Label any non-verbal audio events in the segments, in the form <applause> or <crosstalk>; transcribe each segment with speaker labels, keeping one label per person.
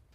Speaker 1: <laughs>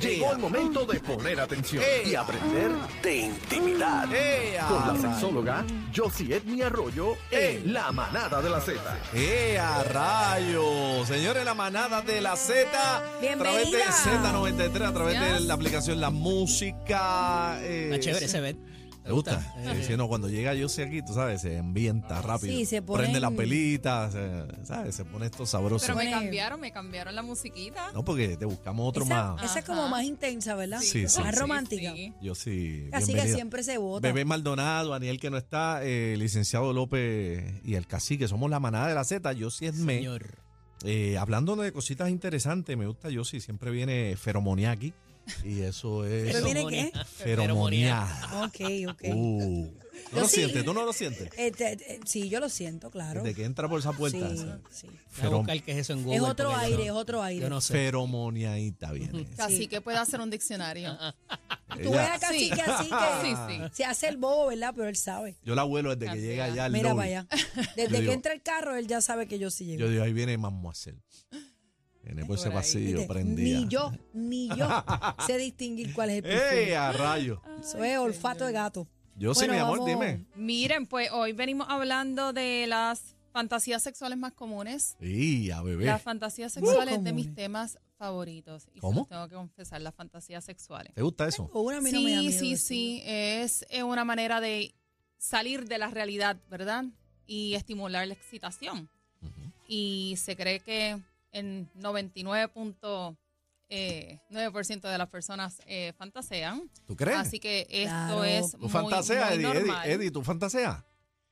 Speaker 2: Llegó el momento de poner atención y aprender
Speaker 3: de intimidad.
Speaker 2: con la sexóloga Josie Edmi Arroyo en La Manada de la Z.
Speaker 4: ¡Eh, a rayos! Señores, la manada de la Z. A través de
Speaker 5: Bienvenida.
Speaker 4: Z93, a través de la aplicación La Música. eh,
Speaker 6: Está chévere
Speaker 4: sí.
Speaker 6: ese bet.
Speaker 4: ¿Te gusta? Eh, sí, no, cuando llega yo sé aquí, tú sabes, se ambienta rápido.
Speaker 5: Sí, se
Speaker 4: Prende
Speaker 5: ponen-
Speaker 4: las velitas, eh, ¿sabes? Se pone esto sabroso.
Speaker 7: Pero me
Speaker 5: Bueno.
Speaker 7: cambiaron, me cambiaron la musiquita.
Speaker 4: No, porque te buscamos otro
Speaker 5: Esa,
Speaker 4: más.
Speaker 5: esa es como más intensa, ¿verdad?
Speaker 4: Sí, sí,
Speaker 5: Más
Speaker 4: sí,
Speaker 5: romántica.
Speaker 7: sí.
Speaker 4: Yo sí.
Speaker 5: Así que
Speaker 4: bienvenida.
Speaker 5: siempre se vota.
Speaker 4: Bebé Maldonado, Aniel que no está, eh, licenciado López y el cacique, somos la manada de la Z, yo sí es me.
Speaker 6: Señor.
Speaker 4: Eh, hablando de cositas interesantes, me gusta Yossi, siempre viene feromonía aquí. Y eso es.
Speaker 5: <laughs> ¿Pero viene qué?
Speaker 4: Feromonía.
Speaker 5: Ok, ok.
Speaker 4: Uh. ¿Tú lo
Speaker 5: Yossi.
Speaker 4: sientes? ¿Tú no lo sientes?
Speaker 5: Este, eh, sí, yo lo siento, claro.
Speaker 4: Desde que entra por esa puerta.
Speaker 5: Sí,
Speaker 4: esa
Speaker 5: sí.
Speaker 6: Voy a
Speaker 4: ferom-
Speaker 6: buscar qué es eso en Google.
Speaker 5: Es otro
Speaker 6: porque yo
Speaker 5: aire, es
Speaker 6: no-
Speaker 5: otro aire.
Speaker 6: Yo no sé.
Speaker 4: Feromoniaíta viene.
Speaker 7: Así que puede hacer un diccionario.
Speaker 5: Tú
Speaker 4: Ella-
Speaker 5: ves a Cacique
Speaker 7: Sí.
Speaker 5: así
Speaker 7: Sí,
Speaker 5: que
Speaker 7: sí.
Speaker 5: se hace el bobo, ¿verdad? Pero él sabe.
Speaker 4: yo la vuelo desde que llega allá al
Speaker 5: Mira
Speaker 4: lobby.
Speaker 5: para
Speaker 7: <laughs>
Speaker 5: allá. Desde
Speaker 4: digo-
Speaker 5: que entra el carro, él ya sabe que yo sí llego.
Speaker 4: Yo digo, ahí viene Mademoiselle. Viene por ese
Speaker 7: Por ahí.
Speaker 4: pasillo,
Speaker 5: Viste,
Speaker 4: prendida.
Speaker 5: Ni yo, ni
Speaker 4: <laughs>
Speaker 5: yo sé distinguir cuál es el
Speaker 4: ¡Ey,
Speaker 5: perfume.
Speaker 4: a
Speaker 5: <laughs>
Speaker 4: rayo!
Speaker 5: Eso es olfato de gato.
Speaker 4: Yo sé,
Speaker 5: Bueno,
Speaker 4: mi amor,
Speaker 5: vamos.
Speaker 4: dime.
Speaker 7: Miren, pues hoy venimos hablando de las fantasías sexuales más comunes.
Speaker 4: Y a bebé.
Speaker 7: Las fantasías sexuales es de
Speaker 5: comunes.
Speaker 7: mis temas favoritos. Y se
Speaker 4: ¿Cómo?
Speaker 7: los tengo que confesar, las fantasías sexuales.
Speaker 4: ¿Te gusta eso?
Speaker 5: O una a mí no me da
Speaker 7: Sí,
Speaker 5: miedo
Speaker 7: sí,
Speaker 5: decirlo.
Speaker 7: sí. Es eh, una manera de salir de la realidad, ¿verdad? Y estimular la excitación. Y se cree que el 99.9% eh, de las personas eh, fantasean.
Speaker 4: ¿Tú crees?
Speaker 7: Así que esto
Speaker 5: Claro.
Speaker 7: es
Speaker 4: ¿Tú
Speaker 7: muy,
Speaker 4: fantaseas,
Speaker 7: muy
Speaker 4: Eddie,
Speaker 7: normal.
Speaker 4: Eddie? Eddie, ¿Tú fantaseas?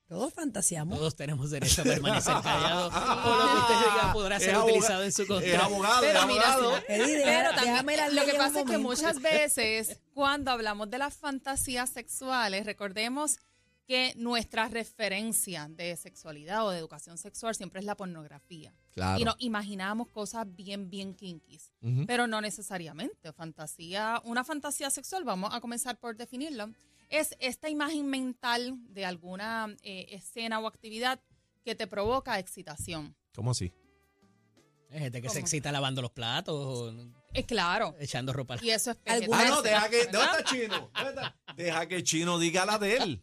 Speaker 5: Todos fantaseamos.
Speaker 6: Todos tenemos derecho a permanecer callados. o lo que usted diga podrá ser
Speaker 4: Es abogado-
Speaker 6: utilizado en su
Speaker 4: Es
Speaker 6: contra.
Speaker 4: abogado, es
Speaker 7: Pero mira,
Speaker 4: abogado.
Speaker 7: sí,
Speaker 5: Eddie, deja-
Speaker 7: pero
Speaker 5: déjame las
Speaker 7: también lo que
Speaker 5: leyes un
Speaker 7: pasa es que
Speaker 5: momento.
Speaker 7: muchas veces cuando hablamos de las fantasías sexuales, recordemos que nuestra referencia de sexualidad o de educación sexual siempre es la pornografía.
Speaker 4: Claro.
Speaker 7: Y nos imaginamos cosas bien, bien kinkies,
Speaker 4: Ujú.
Speaker 7: pero no necesariamente. Fantasía, una fantasía sexual, vamos a comenzar por definirlo, es esta imagen mental de alguna eh, escena o actividad que te provoca excitación.
Speaker 4: ¿Cómo así?
Speaker 6: Hay gente que se
Speaker 7: ¿Cómo?
Speaker 6: excita lavando los platos o
Speaker 7: Eh, claro.
Speaker 6: echando ropa.
Speaker 7: Y eso es
Speaker 5: Alguna-
Speaker 4: Ah,
Speaker 5: Parece-
Speaker 4: no, deja
Speaker 7: <laughs>
Speaker 4: que.
Speaker 7: ¿verdad?
Speaker 4: ¿Dónde está Chino? ¿Dónde está? Deja que Chino diga la de él.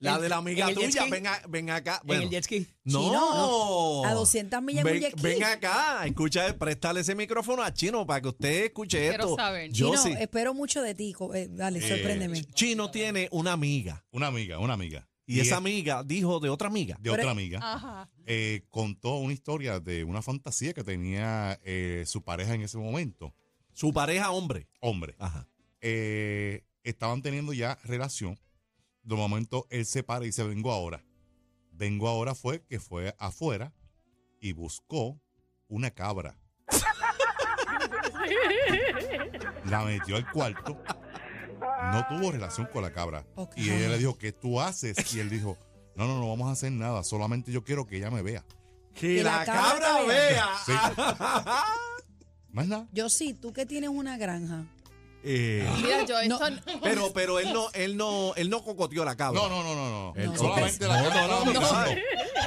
Speaker 4: La de la amiga
Speaker 6: en el jet
Speaker 4: tuya.
Speaker 6: ski.
Speaker 4: Ven, a- ven acá.
Speaker 6: En
Speaker 4: Bueno,
Speaker 6: el jet ski.
Speaker 4: no.
Speaker 5: Chino, a 200 millas en un
Speaker 4: ven,
Speaker 5: jet ski.
Speaker 4: ven acá. Escucha, préstale ese micrófono a Chino para que usted escuche
Speaker 7: Quiero
Speaker 4: esto.
Speaker 7: saber.
Speaker 4: Yo
Speaker 5: Chino,
Speaker 4: sí.
Speaker 5: espero mucho de ti. co- eh, dale, sorpréndeme.
Speaker 4: Chino tiene una amiga.
Speaker 3: Una amiga, una amiga.
Speaker 4: Y esa
Speaker 3: es
Speaker 4: amiga dijo de otra amiga.
Speaker 3: de
Speaker 5: Pero-
Speaker 3: otra amiga
Speaker 7: Ajá.
Speaker 3: eh, contó una historia de una fantasía que tenía eh, su pareja en ese momento,
Speaker 4: Su pareja hombre.
Speaker 3: hombre.
Speaker 4: Ajá.
Speaker 3: Eh, estaban teniendo ya relación. De momento él se para y dice, vengo ahora. Vengo ahora fue que fue afuera y buscó una cabra. La metió al cuarto. No tuvo relación con la cabra.
Speaker 5: Ok.
Speaker 3: Y ella le dijo, ¿qué tú haces? Y él dijo, no, no, no vamos a hacer nada. Solamente yo quiero que ella me vea.
Speaker 4: Que
Speaker 5: la
Speaker 4: la
Speaker 5: cabra
Speaker 4: cabra
Speaker 5: te
Speaker 4: vea.
Speaker 3: Sí. Más nada.
Speaker 5: Yo sí, tú que tienes una granja.
Speaker 4: <laughs> Eh, pues,
Speaker 7: Mira, yo esto
Speaker 5: <laughs>
Speaker 4: Pero, pero él no, él no, él no cocoteó la cabra.
Speaker 3: No, no, no, no, no.
Speaker 4: Él-
Speaker 3: Solamente la
Speaker 4: no, no, no, ¿sabes?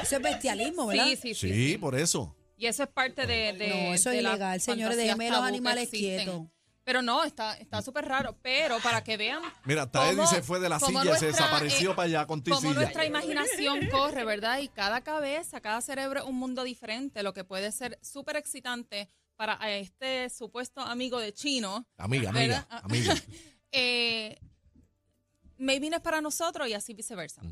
Speaker 5: Eso es bestialismo, ¿verdad?
Speaker 7: Sí, sí, sí,
Speaker 4: Sí, por eso.
Speaker 7: Y eso es parte de. de
Speaker 5: no, eso es
Speaker 7: de las
Speaker 5: ilegal, señores.
Speaker 7: fantasías
Speaker 5: Déjenme los
Speaker 7: tabú que
Speaker 5: animales
Speaker 7: existen.
Speaker 5: quietos.
Speaker 7: Pero no, está está súper raro. Pero para que vean.
Speaker 4: Mira, hasta Eddie
Speaker 7: cómo-
Speaker 4: se fue de la
Speaker 7: cómo
Speaker 4: silla, se
Speaker 7: nuestra,
Speaker 4: desapareció
Speaker 7: eh,
Speaker 4: para allá con tu
Speaker 7: Como
Speaker 4: silla.
Speaker 7: nuestra imaginación corre, ¿verdad? Y cada cabeza, cada cerebro es un mundo diferente, lo que puede ser súper excitante para a este supuesto amigo de chino.
Speaker 4: Amiga, amiga,
Speaker 7: ¿Verdad? Ah.
Speaker 4: amiga.
Speaker 7: eh, maybe no es para nosotros y así viceversa.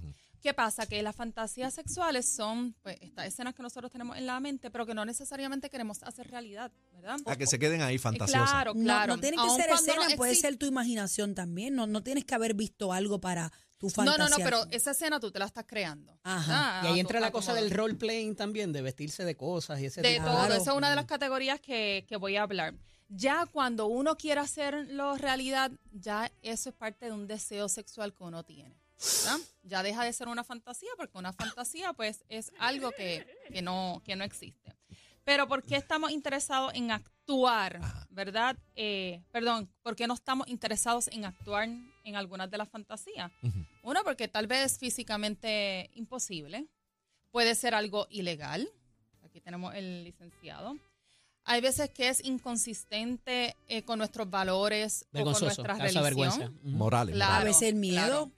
Speaker 7: ¿Qué pasa? Que las fantasías sexuales son pues, estas escenas que nosotros tenemos en la mente, pero que no necesariamente queremos hacer realidad, ¿verdad?
Speaker 6: Ah,
Speaker 4: A que se queden ahí
Speaker 7: Eh,
Speaker 4: fantasiosas.
Speaker 7: Claro,
Speaker 5: No-
Speaker 7: claro.
Speaker 5: No, tiene que
Speaker 7: Aun
Speaker 5: ser
Speaker 7: cuando no
Speaker 5: escena, puede
Speaker 7: existe-
Speaker 5: ser tu imaginación también. No, no tienes que haber visto algo para tu
Speaker 7: No,
Speaker 5: fantasía.
Speaker 7: no, no, pero esa escena tú te la estás creando.
Speaker 5: Ajá.
Speaker 7: Ah,
Speaker 6: Y ahí
Speaker 7: a-
Speaker 6: entra
Speaker 7: a
Speaker 6: la cosa
Speaker 7: como-
Speaker 6: del role playing también, de vestirse de cosas y ese
Speaker 7: De
Speaker 6: tipo
Speaker 7: todo,
Speaker 5: Claro.
Speaker 7: esa es una de las categorías que, que voy a hablar. Ya cuando uno quiere hacerlo realidad, ya eso es parte de un deseo sexual que uno tiene. ¿verdad? Ya deja de ser una fantasía, porque una fantasía pues es algo que, que no, que no existe. Pero ¿por qué estamos interesados en actuar, verdad? Eh, perdón, ¿por qué no estamos interesados en actuar en algunas de las fantasías?
Speaker 4: Ujú.
Speaker 7: Uno, porque tal vez es físicamente imposible. Puede ser algo ilegal. Aquí tenemos el licenciado. Hay veces que es inconsistente eh, con nuestros valores o con
Speaker 6: vergonzoso,
Speaker 7: nuestra
Speaker 6: causa
Speaker 7: religión.
Speaker 6: vergüenza. Ujú.
Speaker 4: Morales.
Speaker 7: Claro,
Speaker 5: a veces el miedo.
Speaker 7: claro.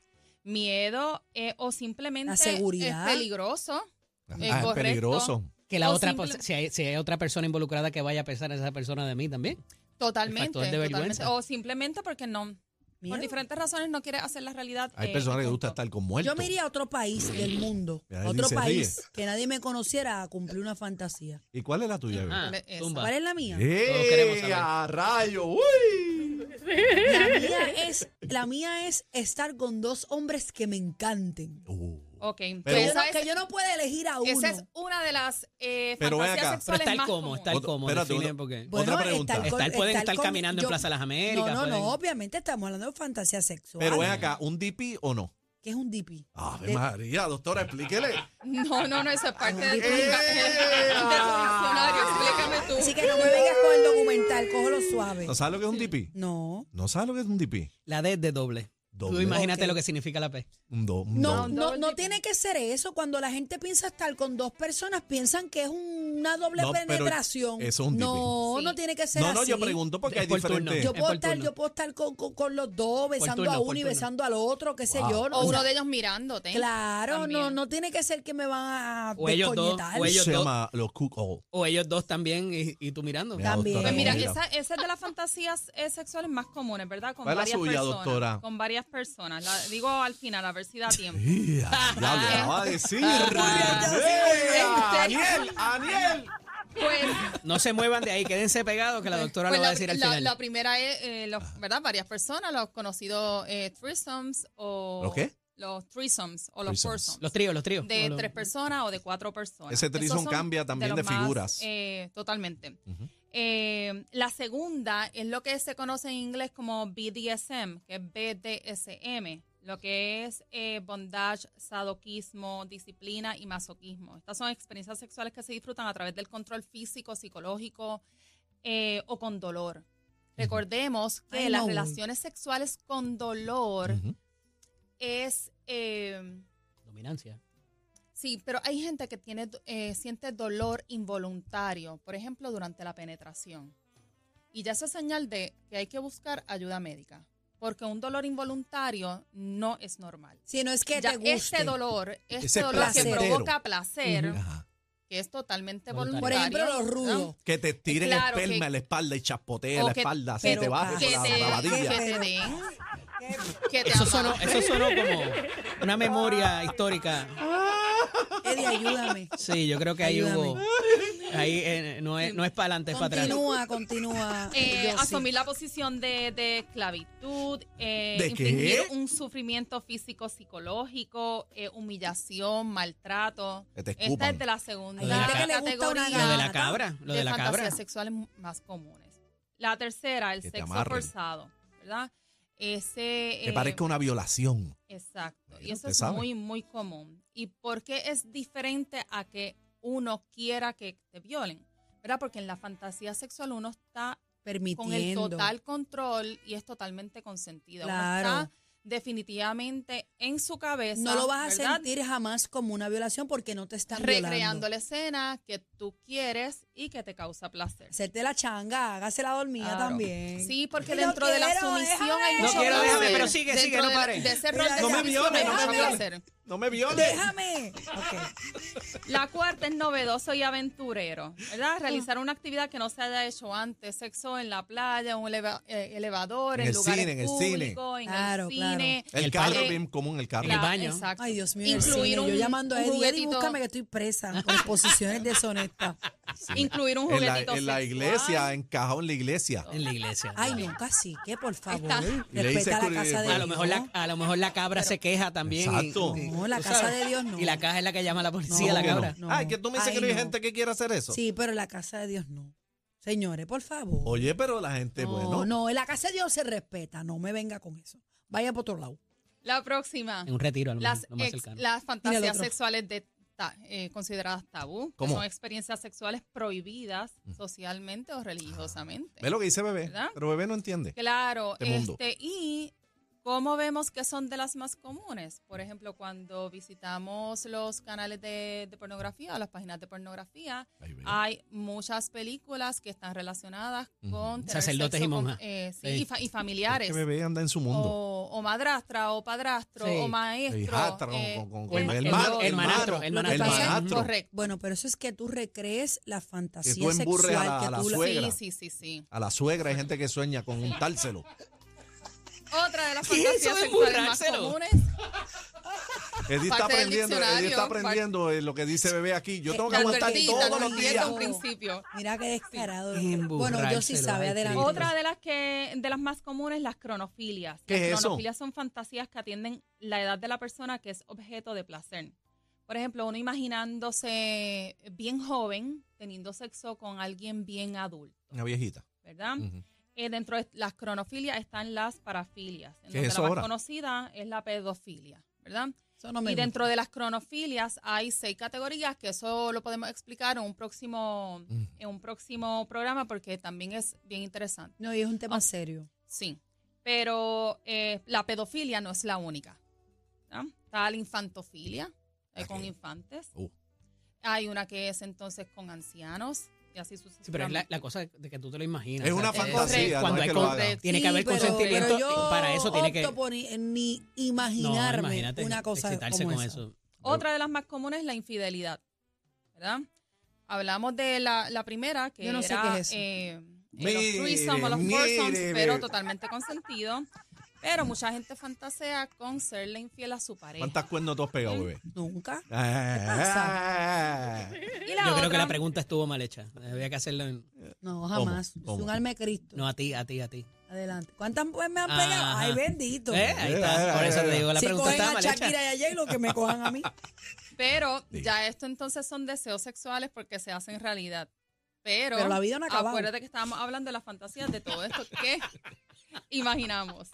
Speaker 7: Miedo eh, o simplemente
Speaker 5: La seguridad.
Speaker 7: es peligroso.
Speaker 4: morales.
Speaker 7: eh,
Speaker 4: Ah, es
Speaker 7: correcto.
Speaker 4: peligroso.
Speaker 6: Que la
Speaker 7: O
Speaker 6: otra,
Speaker 7: simple-
Speaker 6: pos- si, hay, si hay otra persona involucrada que vaya a pensar a esa persona de mí también.
Speaker 7: Totalmente.
Speaker 6: El factor de
Speaker 7: totalmente.
Speaker 6: vergüenza.
Speaker 7: O simplemente porque no.
Speaker 5: Miedo.
Speaker 7: Por diferentes razones no quieres hacer la realidad.
Speaker 4: Hay
Speaker 7: eh,
Speaker 4: personas que les
Speaker 7: y
Speaker 4: gusta
Speaker 7: punto.
Speaker 4: estar con muertos.
Speaker 5: Yo me iría a otro país
Speaker 4: <clears throat>
Speaker 5: del mundo,
Speaker 4: Mira, él
Speaker 5: otro
Speaker 4: dice,
Speaker 5: país que nadie me conociera a cumplir una fantasía.
Speaker 4: ¿Y cuál es la tuya, bebé?
Speaker 6: Ah,
Speaker 7: Esa.
Speaker 6: tumba.
Speaker 5: ¿Cuál es la mía?
Speaker 6: Todos queremos saber.
Speaker 2: ¡Eh, a rayo! ¡Uy!
Speaker 5: La mía es, la mía es estar con dos hombres que me encanten.
Speaker 4: Uh.
Speaker 7: Ok, pues
Speaker 4: Pero-
Speaker 5: Que,
Speaker 7: esa
Speaker 5: no-
Speaker 7: es-
Speaker 5: que yo no puedo elegir a uno.
Speaker 7: Esa es una de las eh,
Speaker 4: Pero ven
Speaker 7: fantasías
Speaker 4: acá.
Speaker 6: Pero
Speaker 7: sexuales
Speaker 6: estar
Speaker 7: más
Speaker 6: cómodo,
Speaker 7: comunes.
Speaker 6: estar
Speaker 4: Otro-
Speaker 6: cómodo,
Speaker 4: espérate,
Speaker 6: define,
Speaker 4: otro-
Speaker 6: porque...
Speaker 4: Otra pregunta.
Speaker 5: con-
Speaker 6: Estar- pueden estar
Speaker 5: con-
Speaker 6: caminando en Plaza de las Américas,
Speaker 5: No, no,
Speaker 6: pueden-
Speaker 5: no, obviamente estamos hablando de fantasía sexual.
Speaker 4: Pero ven acá, ¿un DP o no?
Speaker 5: ¿Qué es un DP?
Speaker 4: Ave
Speaker 5: De-
Speaker 4: María, doctora, explíquele.
Speaker 7: No, no, no, eso es parte de tu,
Speaker 5: ¡Eh!
Speaker 7: <laughs>
Speaker 5: Ah.
Speaker 7: de tu diccionario. Explícame tú.
Speaker 5: Así que no me vengas con el documental, cógelo suave.
Speaker 4: ¿No sabes lo que es un DP?
Speaker 5: No.
Speaker 4: ¿No sabes lo que es un DP?
Speaker 6: La D es de doble.
Speaker 4: Doble.
Speaker 6: Tú imagínate
Speaker 5: Ok.
Speaker 6: lo que significa la P.
Speaker 4: Un do, un
Speaker 5: No,
Speaker 4: do.
Speaker 7: un
Speaker 5: no,
Speaker 7: doble
Speaker 5: no
Speaker 7: DP.
Speaker 5: tiene que ser eso. Cuando la gente piensa estar con dos personas, piensan que es una doble
Speaker 4: No, pero
Speaker 5: penetración.
Speaker 4: eso es un
Speaker 5: no,
Speaker 7: DP.
Speaker 5: no
Speaker 7: Sí.
Speaker 5: tiene que ser
Speaker 4: No,
Speaker 5: así.
Speaker 4: no, yo pregunto porque hay
Speaker 6: Es por turno.
Speaker 4: diferentes.
Speaker 5: Yo
Speaker 6: Es
Speaker 5: puedo
Speaker 6: por
Speaker 5: estar,
Speaker 6: turno.
Speaker 5: yo puedo estar con, con- con los dos, besando
Speaker 6: turno,
Speaker 5: a
Speaker 6: por
Speaker 5: uno y
Speaker 6: turno.
Speaker 5: besando al otro, qué sé yo. no
Speaker 7: O
Speaker 5: sé.
Speaker 7: uno de ellos mirándote.
Speaker 5: Claro, no,
Speaker 7: También.
Speaker 5: no tiene que ser que me van a
Speaker 6: O ellos dos,
Speaker 5: descoñetar.
Speaker 6: o ellos
Speaker 4: se
Speaker 6: dos.
Speaker 4: llama los cook all.
Speaker 6: O ellos dos también y, y tú mirando.
Speaker 4: Mira,
Speaker 5: También.
Speaker 4: doctora,
Speaker 7: Pues mira,
Speaker 5: Mira.
Speaker 7: esa, esa es de las fantasías eh, sexuales más comunes, ¿verdad? Con
Speaker 4: ¿Cuál es la
Speaker 7: varias
Speaker 4: suya,
Speaker 7: personas.
Speaker 4: doctora?
Speaker 7: Con varias personas. La- digo al final, a ver si da tiempo. Este,
Speaker 4: Ya, ya
Speaker 7: Ah.
Speaker 4: lo acaba de decir.
Speaker 2: ¡Aniel! ¡Aniel!
Speaker 7: Pues,
Speaker 6: No se muevan de ahí, quédense pegados que la doctora
Speaker 7: pues
Speaker 6: lo va a decir al
Speaker 7: la,
Speaker 6: final.
Speaker 7: la primera es, eh, los-
Speaker 4: Ah.
Speaker 7: ¿verdad? Varias personas, los conocidos eh, threesomes o...
Speaker 4: ¿Los qué?
Speaker 7: Los threesomes o los
Speaker 4: Threesomes.
Speaker 7: foursomes.
Speaker 6: los tríos, los tríos.
Speaker 7: de
Speaker 6: O los-
Speaker 7: tres personas o de cuatro personas.
Speaker 4: Ese
Speaker 7: Esos
Speaker 4: threesome
Speaker 7: son
Speaker 4: cambia también
Speaker 7: los
Speaker 4: de
Speaker 7: más,
Speaker 4: figuras.
Speaker 7: eh, totalmente.
Speaker 4: Ujú.
Speaker 7: Eh, la segunda es lo que se conoce en inglés como BDSM, que es BDSM, lo que es eh, bondage, sadoquismo, disciplina y masoquismo. Estas son experiencias sexuales que se disfrutan a través del control físico, psicológico eh, o con dolor. Recordemos que
Speaker 5: Ay,
Speaker 7: las
Speaker 5: no.
Speaker 7: relaciones sexuales con dolor
Speaker 4: Ujú.
Speaker 7: es... eh,
Speaker 6: Dominancia.
Speaker 7: Sí, pero hay gente que tiene, eh, siente dolor involuntario, por ejemplo, durante la penetración. Y ya eso es señal de que hay que buscar ayuda médica, porque un dolor involuntario no es normal.
Speaker 5: Si no es que
Speaker 7: Ya
Speaker 5: te guste.
Speaker 7: este dolor, este
Speaker 4: Ese
Speaker 7: dolor que
Speaker 5: placentero.
Speaker 7: provoca placer,
Speaker 6: Ujú.
Speaker 4: Ajá.
Speaker 7: que es totalmente
Speaker 6: Voluntario.
Speaker 7: voluntario.
Speaker 5: Por ejemplo, los
Speaker 7: ¿verdad?
Speaker 5: rudos.
Speaker 4: Que te tiren
Speaker 7: Claro,
Speaker 4: esperma
Speaker 7: que-
Speaker 4: en la espalda y chaspotee
Speaker 7: O
Speaker 4: la
Speaker 7: que-
Speaker 4: espalda. Se
Speaker 5: pero
Speaker 4: te baje por
Speaker 7: que
Speaker 4: la
Speaker 7: te-
Speaker 4: rabadilla.
Speaker 7: que te den, que te
Speaker 6: Eso sonó,
Speaker 7: amarren.
Speaker 6: eso sonó como una memoria histórica.
Speaker 5: Eddie, ayúdame.
Speaker 6: Sí, yo creo que ahí
Speaker 5: Ayúdame.
Speaker 6: hubo. Ahí eh, no es, no es para adelante, es para atrás.
Speaker 5: Continúa, continúa.
Speaker 7: Eh,
Speaker 5: Yossi.
Speaker 7: asumir la posición de, de esclavitud, eh,
Speaker 4: ¿De qué?
Speaker 7: infligir un sufrimiento físico psicológico, eh, humillación, maltrato.
Speaker 4: Que te
Speaker 7: Esta
Speaker 4: escupan.
Speaker 7: es de la segunda
Speaker 5: Hay
Speaker 6: gente que
Speaker 5: le gusta una
Speaker 7: categoría
Speaker 6: Lo de la
Speaker 5: Ajá.
Speaker 6: cabra, lo de,
Speaker 7: de
Speaker 6: la cabra.
Speaker 7: fantasías sexuales más comunes. La tercera, el
Speaker 4: Que te
Speaker 7: sexo
Speaker 4: amarren.
Speaker 7: forzado, ¿verdad? Ese
Speaker 4: Que
Speaker 7: eh,
Speaker 4: parezca una violación.
Speaker 7: Exacto. Y
Speaker 4: Bueno,
Speaker 7: eso
Speaker 4: usted
Speaker 7: es
Speaker 4: sabe.
Speaker 7: muy, muy común. ¿Y por qué es diferente a que uno quiera que te violen? ¿Verdad? Porque en la fantasía sexual uno está con el
Speaker 5: Permitiendo.
Speaker 7: total control y es totalmente consentido. Uno
Speaker 5: Claro.
Speaker 7: está definitivamente en su cabeza.
Speaker 5: No lo vas a
Speaker 7: ¿verdad?
Speaker 5: sentir jamás como una violación porque no te están
Speaker 7: recreando
Speaker 5: violando.
Speaker 7: la escena que tú quieres y que te causa placer.
Speaker 5: Hacerte la changa, hágase la dormida
Speaker 7: Claro.
Speaker 5: también.
Speaker 7: Sí, porque
Speaker 5: Yo
Speaker 7: dentro de la
Speaker 5: quiero,
Speaker 7: sumisión
Speaker 5: déjame.
Speaker 7: hay
Speaker 5: No
Speaker 7: mucho
Speaker 5: quiero, déjame,
Speaker 7: placer.
Speaker 6: pero sigue, sigue,
Speaker 7: Dentro
Speaker 6: no
Speaker 7: de la-
Speaker 6: pare.
Speaker 7: De ese rol de
Speaker 5: No me
Speaker 7: sumisión
Speaker 5: viole,
Speaker 7: hay
Speaker 5: no
Speaker 7: mucho
Speaker 5: me viole.
Speaker 7: placer.
Speaker 4: No me violes.
Speaker 5: <laughs> ¡Déjame! Ok.
Speaker 7: La cuarta es novedoso y aventurero,
Speaker 5: Ah.
Speaker 7: ¿verdad? Realizar una actividad que no se haya hecho antes, sexo en la playa, un eleva- eh, elevador,
Speaker 4: En
Speaker 7: en,
Speaker 4: el
Speaker 7: lugares
Speaker 4: cine, en el cine.
Speaker 7: públicos, en
Speaker 5: Claro,
Speaker 7: el cine.
Speaker 4: El,
Speaker 6: El
Speaker 4: carro
Speaker 7: padre-
Speaker 4: bien común, el carro.
Speaker 6: el
Speaker 7: Claro,
Speaker 6: baño.
Speaker 7: Exacto.
Speaker 5: Ay, Dios mío. el
Speaker 7: Incluir
Speaker 5: cine.
Speaker 7: un,
Speaker 5: Yo llamando a
Speaker 7: un
Speaker 5: Eddie, Eddie,
Speaker 7: juguetito,
Speaker 5: búscame que estoy presa con posiciones deshonestas.
Speaker 7: incluir un
Speaker 4: En la,
Speaker 7: juguetito
Speaker 4: en la
Speaker 7: sexual.
Speaker 4: iglesia, encajado en la iglesia.
Speaker 6: En la iglesia.
Speaker 5: Ay, no, casi, que por favor.
Speaker 7: Está.
Speaker 4: Y le dice
Speaker 5: Respeta la
Speaker 4: que-
Speaker 5: casa de
Speaker 4: bueno,
Speaker 6: a
Speaker 5: Dios.
Speaker 6: lo, mejor la, a lo mejor la cabra se queja también. y-
Speaker 4: Exacto.
Speaker 6: y-
Speaker 5: No, la
Speaker 6: tú
Speaker 5: casa
Speaker 6: sabes,
Speaker 5: de Dios no.
Speaker 6: Y la caja es la que llama a la policía,
Speaker 5: No,
Speaker 6: la cabra.
Speaker 5: no.
Speaker 4: Ay, que tú me dices
Speaker 5: Ay,
Speaker 4: que no hay
Speaker 5: no.
Speaker 4: gente que quiera hacer eso.
Speaker 5: Sí, pero la casa de Dios no. Señores, por favor.
Speaker 4: Oye, pero la gente,
Speaker 5: no,
Speaker 4: bueno.
Speaker 5: no, en la casa de Dios se respeta. No me venga con eso. Vaya por otro lado.
Speaker 7: La próxima.
Speaker 6: En un retiro, a lo,
Speaker 7: Las,
Speaker 6: mejor, lo más
Speaker 7: ex-
Speaker 6: cercano.
Speaker 7: las fantasías
Speaker 5: otro.
Speaker 7: sexuales de ta- eh, consideradas tabú, que
Speaker 4: ¿Cómo?
Speaker 7: son experiencias sexuales prohibidas socialmente o religiosamente.
Speaker 4: Ve lo que dice bebé.
Speaker 7: ¿Verdad?
Speaker 4: Pero bebé no entiende.
Speaker 7: Claro,
Speaker 4: Este mundo.
Speaker 7: este y cómo vemos que son de las más comunes. Por ejemplo, cuando visitamos los canales de, de pornografía o las páginas de pornografía,
Speaker 4: Ay, bebé.
Speaker 7: hay muchas películas que están relacionadas con tener
Speaker 6: Sacerdotes y
Speaker 7: sexo con-
Speaker 6: monjas.
Speaker 7: eh, sí,
Speaker 6: Sí.
Speaker 7: y, fa- y
Speaker 4: Es
Speaker 7: familiares.
Speaker 4: que bebé anda en su mundo.
Speaker 7: O, o madrastra, o padrastro,
Speaker 6: Sí.
Speaker 7: o maestro.
Speaker 4: hijastra, con-
Speaker 7: eh,
Speaker 4: con- con-
Speaker 7: eh,
Speaker 4: con el
Speaker 7: eh,
Speaker 4: mar-
Speaker 7: lo-
Speaker 4: el
Speaker 6: manastro,
Speaker 4: maro,
Speaker 6: el
Speaker 5: Lo que
Speaker 6: manastro.
Speaker 5: pasa es-
Speaker 4: manastro.
Speaker 7: Correcto.
Speaker 5: Bueno, pero eso es que tú recrees la fantasía
Speaker 4: tú emburres
Speaker 5: sexual
Speaker 4: a la-
Speaker 5: que
Speaker 4: a la
Speaker 5: tú
Speaker 4: suegra. Suegra.
Speaker 7: Sí, sí, sí, sí.
Speaker 4: A la suegra hay gente que sueña con
Speaker 5: <laughs>
Speaker 4: untárselo.
Speaker 7: Otra de las
Speaker 6: ¿Qué es
Speaker 7: fantasías
Speaker 6: <laughs> eso de
Speaker 7: sexuales más
Speaker 6: emburrárselo?
Speaker 7: comunes.
Speaker 4: Eddie está
Speaker 7: Parte del
Speaker 4: aprendiendo, Eddie está
Speaker 7: diccionario,
Speaker 4: aprendiendo eh, lo que dice bebé aquí. Yo tengo que
Speaker 7: Te
Speaker 4: aguantar
Speaker 7: advertí, te
Speaker 4: todos los
Speaker 7: advertí desde
Speaker 4: días.
Speaker 7: un principio.
Speaker 5: Mira qué descarado. Bueno, yo sí
Speaker 6: Emburrárselo,
Speaker 5: sabe
Speaker 6: ay,
Speaker 5: adelante.
Speaker 6: Cristo.
Speaker 7: Otra de las que de las más comunes, las cronofilias.
Speaker 4: ¿Qué es
Speaker 7: las
Speaker 4: eso?
Speaker 7: cronofilias son fantasías que atienden la edad de la persona que es objeto de placer. Por ejemplo, uno imaginándose bien joven teniendo sexo con alguien bien adulto,
Speaker 4: Una viejita.
Speaker 7: ¿verdad?
Speaker 4: Ujú.
Speaker 7: Eh, dentro de las cronofilias están las parafilias. En
Speaker 4: ¿Qué
Speaker 7: donde
Speaker 4: es eso
Speaker 7: la más
Speaker 4: ahora?
Speaker 7: conocida es la pedofilia, ¿verdad?
Speaker 5: Eso no me
Speaker 7: Y
Speaker 5: gusta.
Speaker 7: dentro de las cronofilias hay seis categorías, que eso lo podemos explicar en un próximo,
Speaker 4: Mm.
Speaker 7: en un próximo programa porque también es bien interesante.
Speaker 5: No, y es un tema
Speaker 7: Ah.
Speaker 5: serio.
Speaker 7: Sí, pero eh, la pedofilia no es la única. ¿no? Está la infantofilia, eh,
Speaker 4: Ok.
Speaker 7: con infantes.
Speaker 4: Uh.
Speaker 7: Hay una que es entonces con ancianos y así sucesivamente.
Speaker 6: Sí, pero es la, la cosa de que tú te lo imaginas.
Speaker 4: Es
Speaker 6: o sea,
Speaker 4: una
Speaker 6: eh,
Speaker 4: fantasía,
Speaker 6: cuando
Speaker 4: no es
Speaker 6: hay
Speaker 4: que lo
Speaker 6: con-
Speaker 4: haga.
Speaker 6: Tiene que haber
Speaker 5: Sí, pero-
Speaker 6: consentimiento.
Speaker 5: pero yo
Speaker 6: para eso tiene que.
Speaker 5: opto por ni, ni imaginarme
Speaker 6: no, imagínate
Speaker 5: una cosa
Speaker 6: excitarse
Speaker 5: como
Speaker 6: con
Speaker 5: esa.
Speaker 6: eso.
Speaker 7: Otra de las más comunes es la infidelidad, ¿verdad? Hablamos de la, la primera, que
Speaker 5: Yo no sé
Speaker 7: era
Speaker 5: qué es eso.
Speaker 7: eh, eh,
Speaker 4: Mire,
Speaker 7: los threesomes o los
Speaker 4: mire,
Speaker 7: foursomes, pero
Speaker 4: mire.
Speaker 7: totalmente consentido. Pero mucha gente fantasea con serle infiel a su pareja.
Speaker 4: ¿Cuántas cuernos tú has pegado,
Speaker 5: <laughs>
Speaker 4: bebé?
Speaker 5: Nunca.
Speaker 4: Ah,
Speaker 7: Y la
Speaker 6: Yo creo que
Speaker 7: otra-
Speaker 6: la pregunta estuvo mal hecha. Había que hacerlo en-
Speaker 5: No, jamás.
Speaker 4: ¿Cómo? ¿Cómo?
Speaker 5: Es un alma de Cristo.
Speaker 6: No, a ti, a ti, a ti.
Speaker 5: Adelante. ¿Cuántas pues, me han pegado?
Speaker 6: Ajá.
Speaker 5: Ay, bendito.
Speaker 6: Eh, ahí está. Por eso te digo, la
Speaker 5: si
Speaker 6: pregunta
Speaker 5: cogen
Speaker 6: estaba
Speaker 5: a
Speaker 6: mal hecha.
Speaker 5: Shakira y a J-Lo, que me cojan
Speaker 6: <laughs>
Speaker 5: a mí.
Speaker 7: Pero ya esto entonces son deseos sexuales porque se hacen realidad. Pero,
Speaker 5: Pero la vida no ha acabado.
Speaker 7: acuérdate que estábamos hablando de las fantasías de todo esto
Speaker 6: <laughs>
Speaker 7: que imaginamos.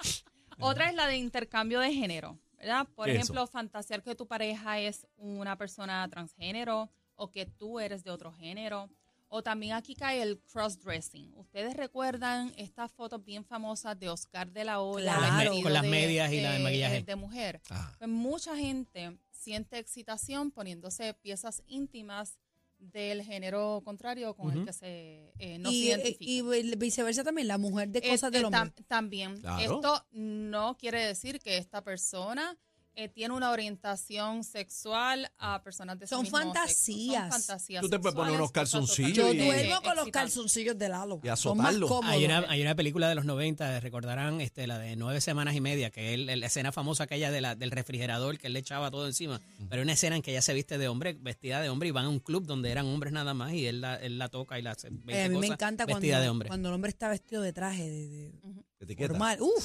Speaker 7: Otra es la de intercambio de género, ¿verdad? Por
Speaker 4: ¿Qué es
Speaker 7: ejemplo, fantasear que tu pareja es una persona transgénero o que tú eres de otro género. O también aquí cae el crossdressing. ¿Ustedes recuerdan estas fotos bien famosas de Oscar de la Hoya?
Speaker 5: Con las me-
Speaker 7: vestido
Speaker 6: con las
Speaker 7: de-
Speaker 6: medias y la de
Speaker 7: eh,
Speaker 6: maquillaje.
Speaker 7: De mujer.
Speaker 4: ah.
Speaker 7: Pues mucha gente siente excitación poniéndose piezas íntimas del género contrario con el que se eh, no se
Speaker 5: y, eh,
Speaker 7: identifica.
Speaker 5: y viceversa también, la mujer de
Speaker 7: Eh,
Speaker 5: cosas del
Speaker 7: eh,
Speaker 5: hombre.
Speaker 7: tam- también.
Speaker 4: Claro.
Speaker 7: Esto no quiere decir que esta persona eh, tiene una orientación sexual a personas de su
Speaker 5: Son
Speaker 7: mismo sexo.
Speaker 5: fantasías.
Speaker 7: Son fantasías.
Speaker 4: Tú te puedes poner
Speaker 7: sexuales,
Speaker 4: unos
Speaker 7: cosas
Speaker 4: calzoncillos
Speaker 5: Yo
Speaker 7: totalmente
Speaker 4: y- eh,
Speaker 5: duermo con los
Speaker 7: excitantes.
Speaker 5: calzoncillos de Lalo.
Speaker 4: Y
Speaker 5: Son más
Speaker 4: azotarlo.
Speaker 5: cómodos.
Speaker 6: Hay una, hay una película de los 90, recordarán este, la de nueve semanas y media, que es la- la escena famosa aquella de la- del refrigerador que él le echaba todo encima. Pero hay una escena en que ella se viste de hombre, vestida de hombre, y van a un club donde eran hombres nada más y él la, él la toca y la hace 20
Speaker 5: Eh, a mí me
Speaker 6: cosas
Speaker 5: encanta cuando,
Speaker 6: vestida de hombre.
Speaker 5: cuando el hombre está vestido de traje, de, de
Speaker 4: Etiqueta.
Speaker 5: formal. Uf,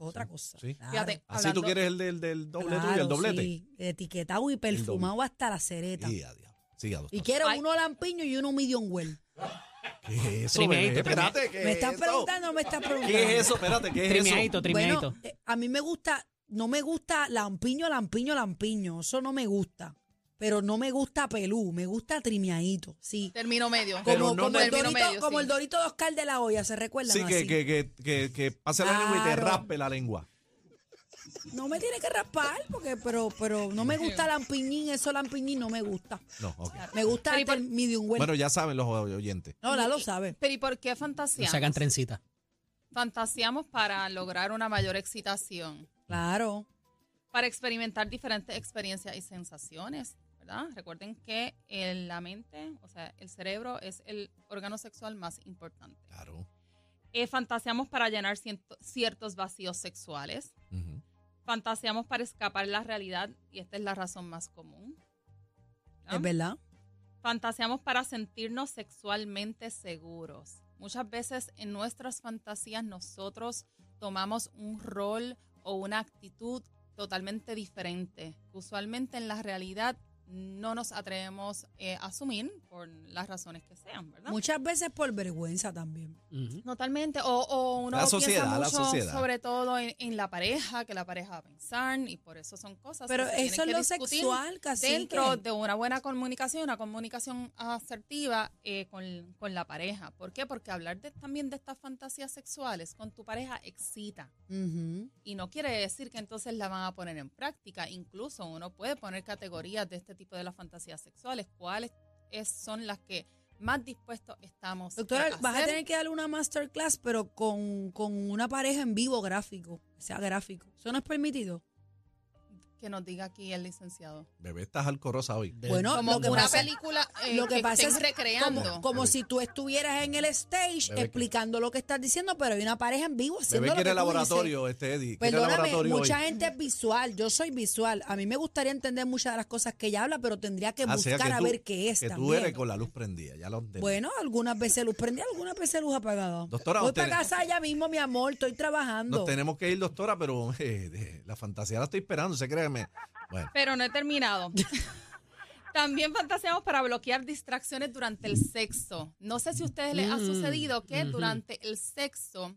Speaker 5: eso es otra cosa.
Speaker 4: sí.
Speaker 5: Claro.
Speaker 7: Fíjate,
Speaker 4: Así Ah, tú
Speaker 7: hablando-
Speaker 4: quieres el del, del doble tuyo, el
Speaker 5: Claro,
Speaker 4: doblete.
Speaker 5: sí. Etiquetado y perfumado hasta la cereta.
Speaker 4: Y a diablo. Sí, a dos.
Speaker 5: Y quiero
Speaker 7: Ay.
Speaker 5: uno lampiño y uno medium well.
Speaker 4: ¿Qué es eso,
Speaker 6: Trimeíto,
Speaker 4: bebé? Espérate, ¿qué
Speaker 5: ¿Me
Speaker 4: es
Speaker 5: estás
Speaker 4: eso?
Speaker 5: preguntando o me estás preguntando?
Speaker 4: ¿Qué es eso? Espérate, ¿qué es
Speaker 6: Trimeadito, trimeadito.
Speaker 5: Bueno, eh, a mí me gusta, no me gusta lampiño, lampiño, lampiño. Eso no me gusta. Pero no me gusta pelú, me gusta trimeadito. Sí.
Speaker 7: Termino medio.
Speaker 4: Pero
Speaker 5: Como,
Speaker 4: no
Speaker 5: como
Speaker 4: me-
Speaker 5: el,
Speaker 7: Término
Speaker 5: dorito,
Speaker 7: medio,
Speaker 5: como
Speaker 7: sí.
Speaker 5: el dorito de Oscar de la olla, ¿se recuerdan?
Speaker 4: Sí, que,
Speaker 5: Así.
Speaker 4: que, que, que, que pase la lengua y te
Speaker 5: Claro.
Speaker 4: raspe la lengua.
Speaker 5: No me tiene que raspar, porque, pero, pero no me gusta lampiñín, eso lampiñín no me gusta.
Speaker 4: No, ok.
Speaker 5: Me gusta
Speaker 7: Pero y por-
Speaker 5: el medium well.
Speaker 4: Bueno, ya saben los oyentes.
Speaker 5: no, la lo sabe.
Speaker 7: Pero ¿y por qué
Speaker 6: No
Speaker 7: fantaseamos?
Speaker 6: sacan trencita.
Speaker 7: Fantaseamos para lograr una mayor excitación.
Speaker 5: Claro.
Speaker 7: para experimentar diferentes experiencias y sensaciones, ¿verdad? Recuerden que el- la mente, o sea, el cerebro es el órgano sexual más importante.
Speaker 4: Claro.
Speaker 7: Eh, fantaseamos para llenar ciento- ciertos vacíos sexuales.
Speaker 4: Ujú.
Speaker 7: Fantaseamos para escapar de la realidad y esta es la razón más común. ¿no?
Speaker 5: Es verdad.
Speaker 7: Fantaseamos para sentirnos sexualmente seguros. Muchas veces en nuestras fantasías nosotros tomamos un rol o una actitud totalmente diferente. Usualmente en la realidad no nos atrevemos eh, a asumir por las razones que sean, ¿verdad?
Speaker 5: Muchas veces por vergüenza también.
Speaker 6: Ujú.
Speaker 7: Totalmente, o, o uno
Speaker 8: La
Speaker 7: piensa
Speaker 8: sociedad, la
Speaker 7: mucho
Speaker 8: sociedad.
Speaker 7: sobre todo en, en la pareja, que la pareja va a pensar y por eso son cosas
Speaker 5: Pero
Speaker 7: que se
Speaker 5: eso es
Speaker 7: tienen
Speaker 5: lo
Speaker 7: que discutir
Speaker 5: sexual, casi.
Speaker 7: dentro de una buena comunicación, una comunicación asertiva eh, con, con la pareja. ¿Por qué? Porque hablar de- también de estas fantasías sexuales con tu pareja excita. Y no quiere decir que entonces la van a poner en práctica. Incluso uno puede poner categorías de este tipo de las fantasías sexuales. ¿Cuáles es- son las que más dispuestos estamos
Speaker 5: Doctora, vas a
Speaker 7: hacer?
Speaker 5: tener que darle una masterclass, pero con, con una pareja en vivo gráfico. O sea, gráfico. ¿Eso no es permitido?
Speaker 7: que nos diga aquí el licenciado.
Speaker 8: Bebé, estás alcorosa hoy.
Speaker 5: Bueno,
Speaker 7: Como
Speaker 5: lo que
Speaker 7: una
Speaker 5: pasa-
Speaker 7: película eh,
Speaker 5: lo que
Speaker 7: que,
Speaker 5: pasa
Speaker 7: estén
Speaker 5: es
Speaker 7: recreando.
Speaker 5: Como, como si tú estuvieras en el stage
Speaker 8: Bebé,
Speaker 5: explicando lo que estás diciendo, pero hay una pareja en vivo haciendo
Speaker 8: Bebé
Speaker 5: lo que
Speaker 8: quiere
Speaker 5: tú dices.
Speaker 8: laboratorio, este Eddie. Quiere
Speaker 5: Perdóname,
Speaker 8: laboratorio
Speaker 5: mucha
Speaker 8: hoy.
Speaker 5: gente es visual, yo soy visual. A mí me gustaría entender muchas de las cosas que ella habla, pero tendría que
Speaker 8: Ah, o sea,
Speaker 5: buscar
Speaker 8: que
Speaker 5: a
Speaker 8: tú-
Speaker 5: ver qué es
Speaker 8: Que tú
Speaker 5: también.
Speaker 8: eres con la luz prendida, ya lo entendí.
Speaker 5: Bueno, algunas veces luz prendida, algunas veces luz apagada.
Speaker 8: Doctora,
Speaker 5: Voy
Speaker 8: usted-
Speaker 5: para casa ya mismo, mi amor, estoy trabajando.
Speaker 8: Nos tenemos que ir, doctora,
Speaker 4: <laughs>
Speaker 8: pero eh, de- la fantasía la estoy esperando, se créeme. Bueno,
Speaker 7: Pero no he
Speaker 8: <laughs>
Speaker 7: terminado. También fantaseamos para bloquear distracciones durante el sexo. No sé si a ustedes les ha
Speaker 6: Mm,
Speaker 7: sucedido que
Speaker 6: ujú.
Speaker 7: durante el sexo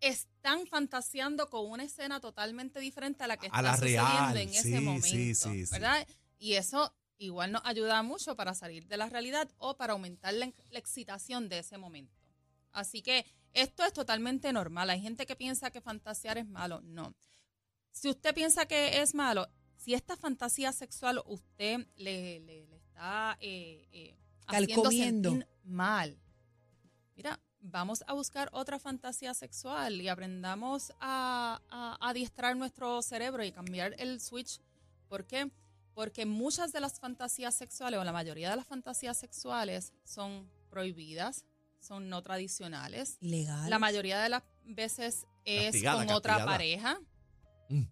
Speaker 7: están fantaseando con una escena totalmente diferente a la que está
Speaker 8: A la
Speaker 7: sucediendo
Speaker 8: real,
Speaker 7: en
Speaker 8: sí,
Speaker 7: ese
Speaker 8: sí,
Speaker 7: momento,
Speaker 8: sí, sí.
Speaker 7: ¿verdad? Y eso igual nos ayuda mucho para salir de la realidad o para aumentar la, la excitación de ese momento. Así que esto es totalmente normal. Hay gente que piensa que fantasear es malo. No. Si usted piensa que es malo, si esta fantasía sexual usted le, le- le está eh, eh, haciendo
Speaker 5: Carcomiendo.
Speaker 7: sentir mal, mira, vamos a buscar otra fantasía sexual y aprendamos a, a- a adiestrar nuestro cerebro y cambiar el switch. ¿Por qué? Porque muchas de las fantasías sexuales o la mayoría de las fantasías sexuales son prohibidas, son no tradicionales.
Speaker 5: Ilegal.
Speaker 7: La mayoría de las veces es
Speaker 8: Castigada,
Speaker 7: con otra
Speaker 8: castigada.
Speaker 7: pareja.
Speaker 8: Mm.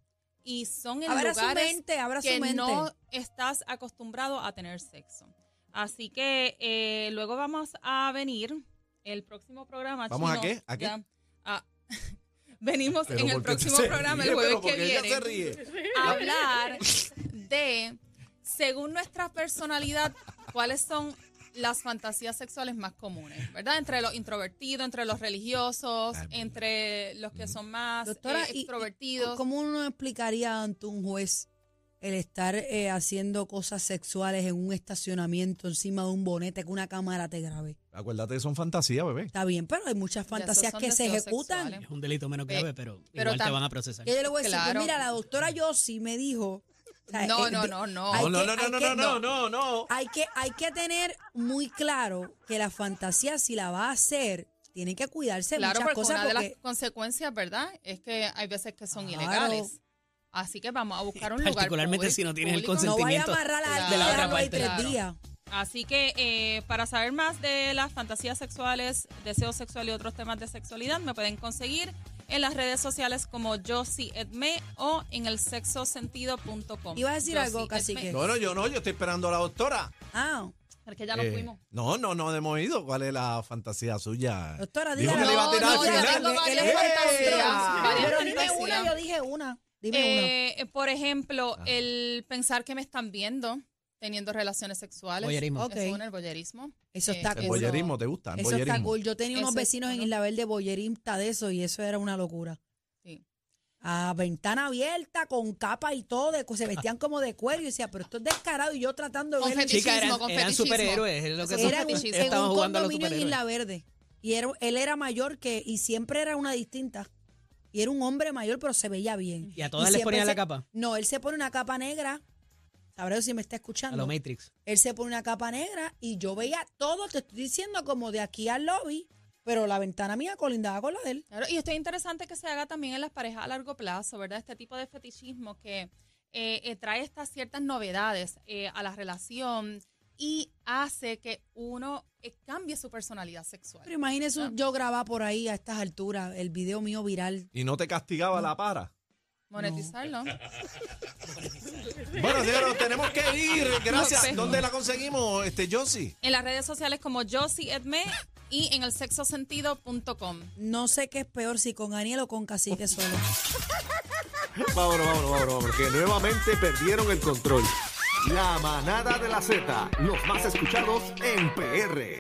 Speaker 7: Y son en
Speaker 5: Abra su
Speaker 7: lugares
Speaker 5: mente, abra
Speaker 7: que
Speaker 5: su mente.
Speaker 7: no estás acostumbrado a tener sexo. Así que eh, luego vamos a venir el próximo programa.
Speaker 8: ¿Vamos a
Speaker 7: chino,
Speaker 8: qué? ¿A qué?
Speaker 7: ya, a- <laughs> venimos
Speaker 8: Pero
Speaker 7: <laughs> en el
Speaker 8: ¿por qué usted
Speaker 7: próximo
Speaker 8: se
Speaker 7: programa,
Speaker 8: ríe?
Speaker 7: el jueves
Speaker 8: Pero
Speaker 7: que
Speaker 8: ¿por qué ella
Speaker 7: viene,
Speaker 8: se ríe?
Speaker 7: a hablar de, según nuestra personalidad, cuáles son las fantasías sexuales más comunes, ¿verdad? Entre los introvertidos, entre los religiosos,
Speaker 8: Ay,
Speaker 7: entre los que son más eh,
Speaker 5: Doctora, y- y-
Speaker 7: extrovertidos.
Speaker 5: ¿Cómo uno explicaría ante un juez el estar eh, haciendo cosas sexuales en un estacionamiento encima de un bonete que una cámara te grabe?
Speaker 8: acuérdate que son fantasías, bebé.
Speaker 5: Está bien, pero hay muchas
Speaker 7: esos
Speaker 5: fantasías
Speaker 7: son
Speaker 5: que se
Speaker 7: deseos
Speaker 5: ejecutan.
Speaker 7: sexuales.
Speaker 6: Es un delito menos
Speaker 5: Eh,
Speaker 7: Pe-
Speaker 6: grave, pero,
Speaker 7: pero
Speaker 6: igual te
Speaker 7: tam-
Speaker 6: van a procesar.
Speaker 5: Que yo le voy a decir,
Speaker 7: Claro.
Speaker 5: pues mira, la doctora Yossi me dijo. o sea,
Speaker 7: No,
Speaker 5: eh,
Speaker 7: no,
Speaker 5: de-
Speaker 7: no, no.
Speaker 5: hay
Speaker 8: No, no,
Speaker 5: que-
Speaker 8: no, no,
Speaker 5: hay
Speaker 8: no,
Speaker 5: que-
Speaker 8: no, no, no, no.
Speaker 5: Hay que, hay que tener muy claro que la fantasía, si la va a hacer, tiene que cuidarse de
Speaker 7: Claro,
Speaker 5: muchas
Speaker 7: porque
Speaker 5: cosas.
Speaker 7: una de las
Speaker 5: porque-
Speaker 7: consecuencias, ¿verdad? Es que hay veces que son
Speaker 5: Claro.
Speaker 7: ilegales. Así que vamos a
Speaker 6: <laughs>
Speaker 7: buscar un lugar.
Speaker 6: Particularmente
Speaker 7: público-
Speaker 6: si no tienes el
Speaker 7: público.
Speaker 5: no vaya a
Speaker 6: consentimiento
Speaker 5: amarrar a
Speaker 7: de
Speaker 5: alguien
Speaker 7: la otra
Speaker 5: dejándolo ahí
Speaker 7: parte.
Speaker 5: tres
Speaker 7: Claro.
Speaker 5: días.
Speaker 7: Así que eh, para saber más de las fantasías sexuales, deseo sexual y otros temas de sexualidad, me pueden conseguir en las redes sociales como Edme o en el sexosentido.com.
Speaker 5: Ibas a decir algo,
Speaker 7: Yossi
Speaker 5: cacique.
Speaker 7: Edme.
Speaker 8: No, no, yo no, yo estoy esperando a la doctora.
Speaker 5: Ah,
Speaker 7: Porque ya nos
Speaker 8: Eh,
Speaker 7: fuimos.
Speaker 8: No, no, no hemos ido. ¿Cuál es la fantasía suya?
Speaker 5: doctora,
Speaker 8: Dijo
Speaker 5: dígala.
Speaker 8: que le iba a tirar
Speaker 7: No,
Speaker 8: al
Speaker 7: no, yo
Speaker 8: final.
Speaker 7: tengo
Speaker 5: Él- él
Speaker 7: varias
Speaker 5: es
Speaker 7: fantasías,
Speaker 5: fantasía.
Speaker 7: varias
Speaker 5: Pero dime
Speaker 7: fantasías.
Speaker 5: una, yo dije una. Dime una.
Speaker 7: Eh, eh, por ejemplo,
Speaker 8: Ajá.
Speaker 7: el pensar que me están viendo teniendo relaciones sexuales.
Speaker 6: Voyerismo.
Speaker 7: Eso
Speaker 5: Ok.
Speaker 7: es un- el voyerismo. Eh,
Speaker 5: Eso está
Speaker 8: El
Speaker 5: cool.
Speaker 8: boyerismo, ¿te gusta? El
Speaker 5: Eso
Speaker 8: boyerismo.
Speaker 5: está cool. Yo tenía unos
Speaker 7: Eso es-
Speaker 5: vecinos en
Speaker 7: ajá.
Speaker 5: Isla Verde boyeristas de eso y eso era una locura.
Speaker 7: Sí.
Speaker 5: A ventana abierta, con capa y todo, de- se vestían como de cuello y decía, pero esto es descarado y yo tratando de
Speaker 7: Con
Speaker 5: ver
Speaker 7: fetichismo,
Speaker 6: Chicas, eran,
Speaker 7: con
Speaker 6: eran
Speaker 7: fetichismo.
Speaker 6: superhéroes. Es lo que
Speaker 7: Eso
Speaker 6: son.
Speaker 7: es
Speaker 5: Era en un,
Speaker 7: fetichismo.
Speaker 5: en un
Speaker 6: Estaban jugando a los
Speaker 5: condominio en
Speaker 6: superhéroes.
Speaker 5: Isla Verde. Y era- él era mayor que y siempre era una distinta. Y era un hombre mayor, pero se veía bien.
Speaker 6: Y a todas les
Speaker 5: siempre
Speaker 6: ponían
Speaker 5: se-
Speaker 6: la capa.
Speaker 5: No, él se pone una capa negra. Sabrá Dios si me está
Speaker 6: A
Speaker 5: escuchando.
Speaker 6: los Matrix.
Speaker 5: Él se pone una capa negra y yo veía todo, te estoy diciendo, como de aquí al lobby, pero la ventana mía colindaba con la de él.
Speaker 7: Claro, y esto es interesante que se haga también en las parejas a largo plazo, ¿verdad? Este tipo de fetichismo que eh, eh, trae estas ciertas novedades eh, a la relación y hace que uno eh, cambie su personalidad sexual.
Speaker 5: Pero imagínese
Speaker 7: Ah.
Speaker 5: yo grabar por ahí a estas alturas el video mío viral.
Speaker 9: Y no te castigaba la para.
Speaker 7: Monetizarlo.
Speaker 9: Bueno, señores, tenemos que
Speaker 7: <laughs>
Speaker 9: ir.
Speaker 7: No
Speaker 9: Gracias.
Speaker 7: sé.
Speaker 9: ¿Dónde la conseguimos, este Josie?
Speaker 7: En las redes sociales como Josie Edme y en el sexosentido.com.
Speaker 5: No sé qué es peor, si con Aniel o con <laughs> Cacique solo.
Speaker 4: Vámonos, vámonos, vámonos, porque nuevamente perdieron el control. La manada de la Z, los más escuchados en PR.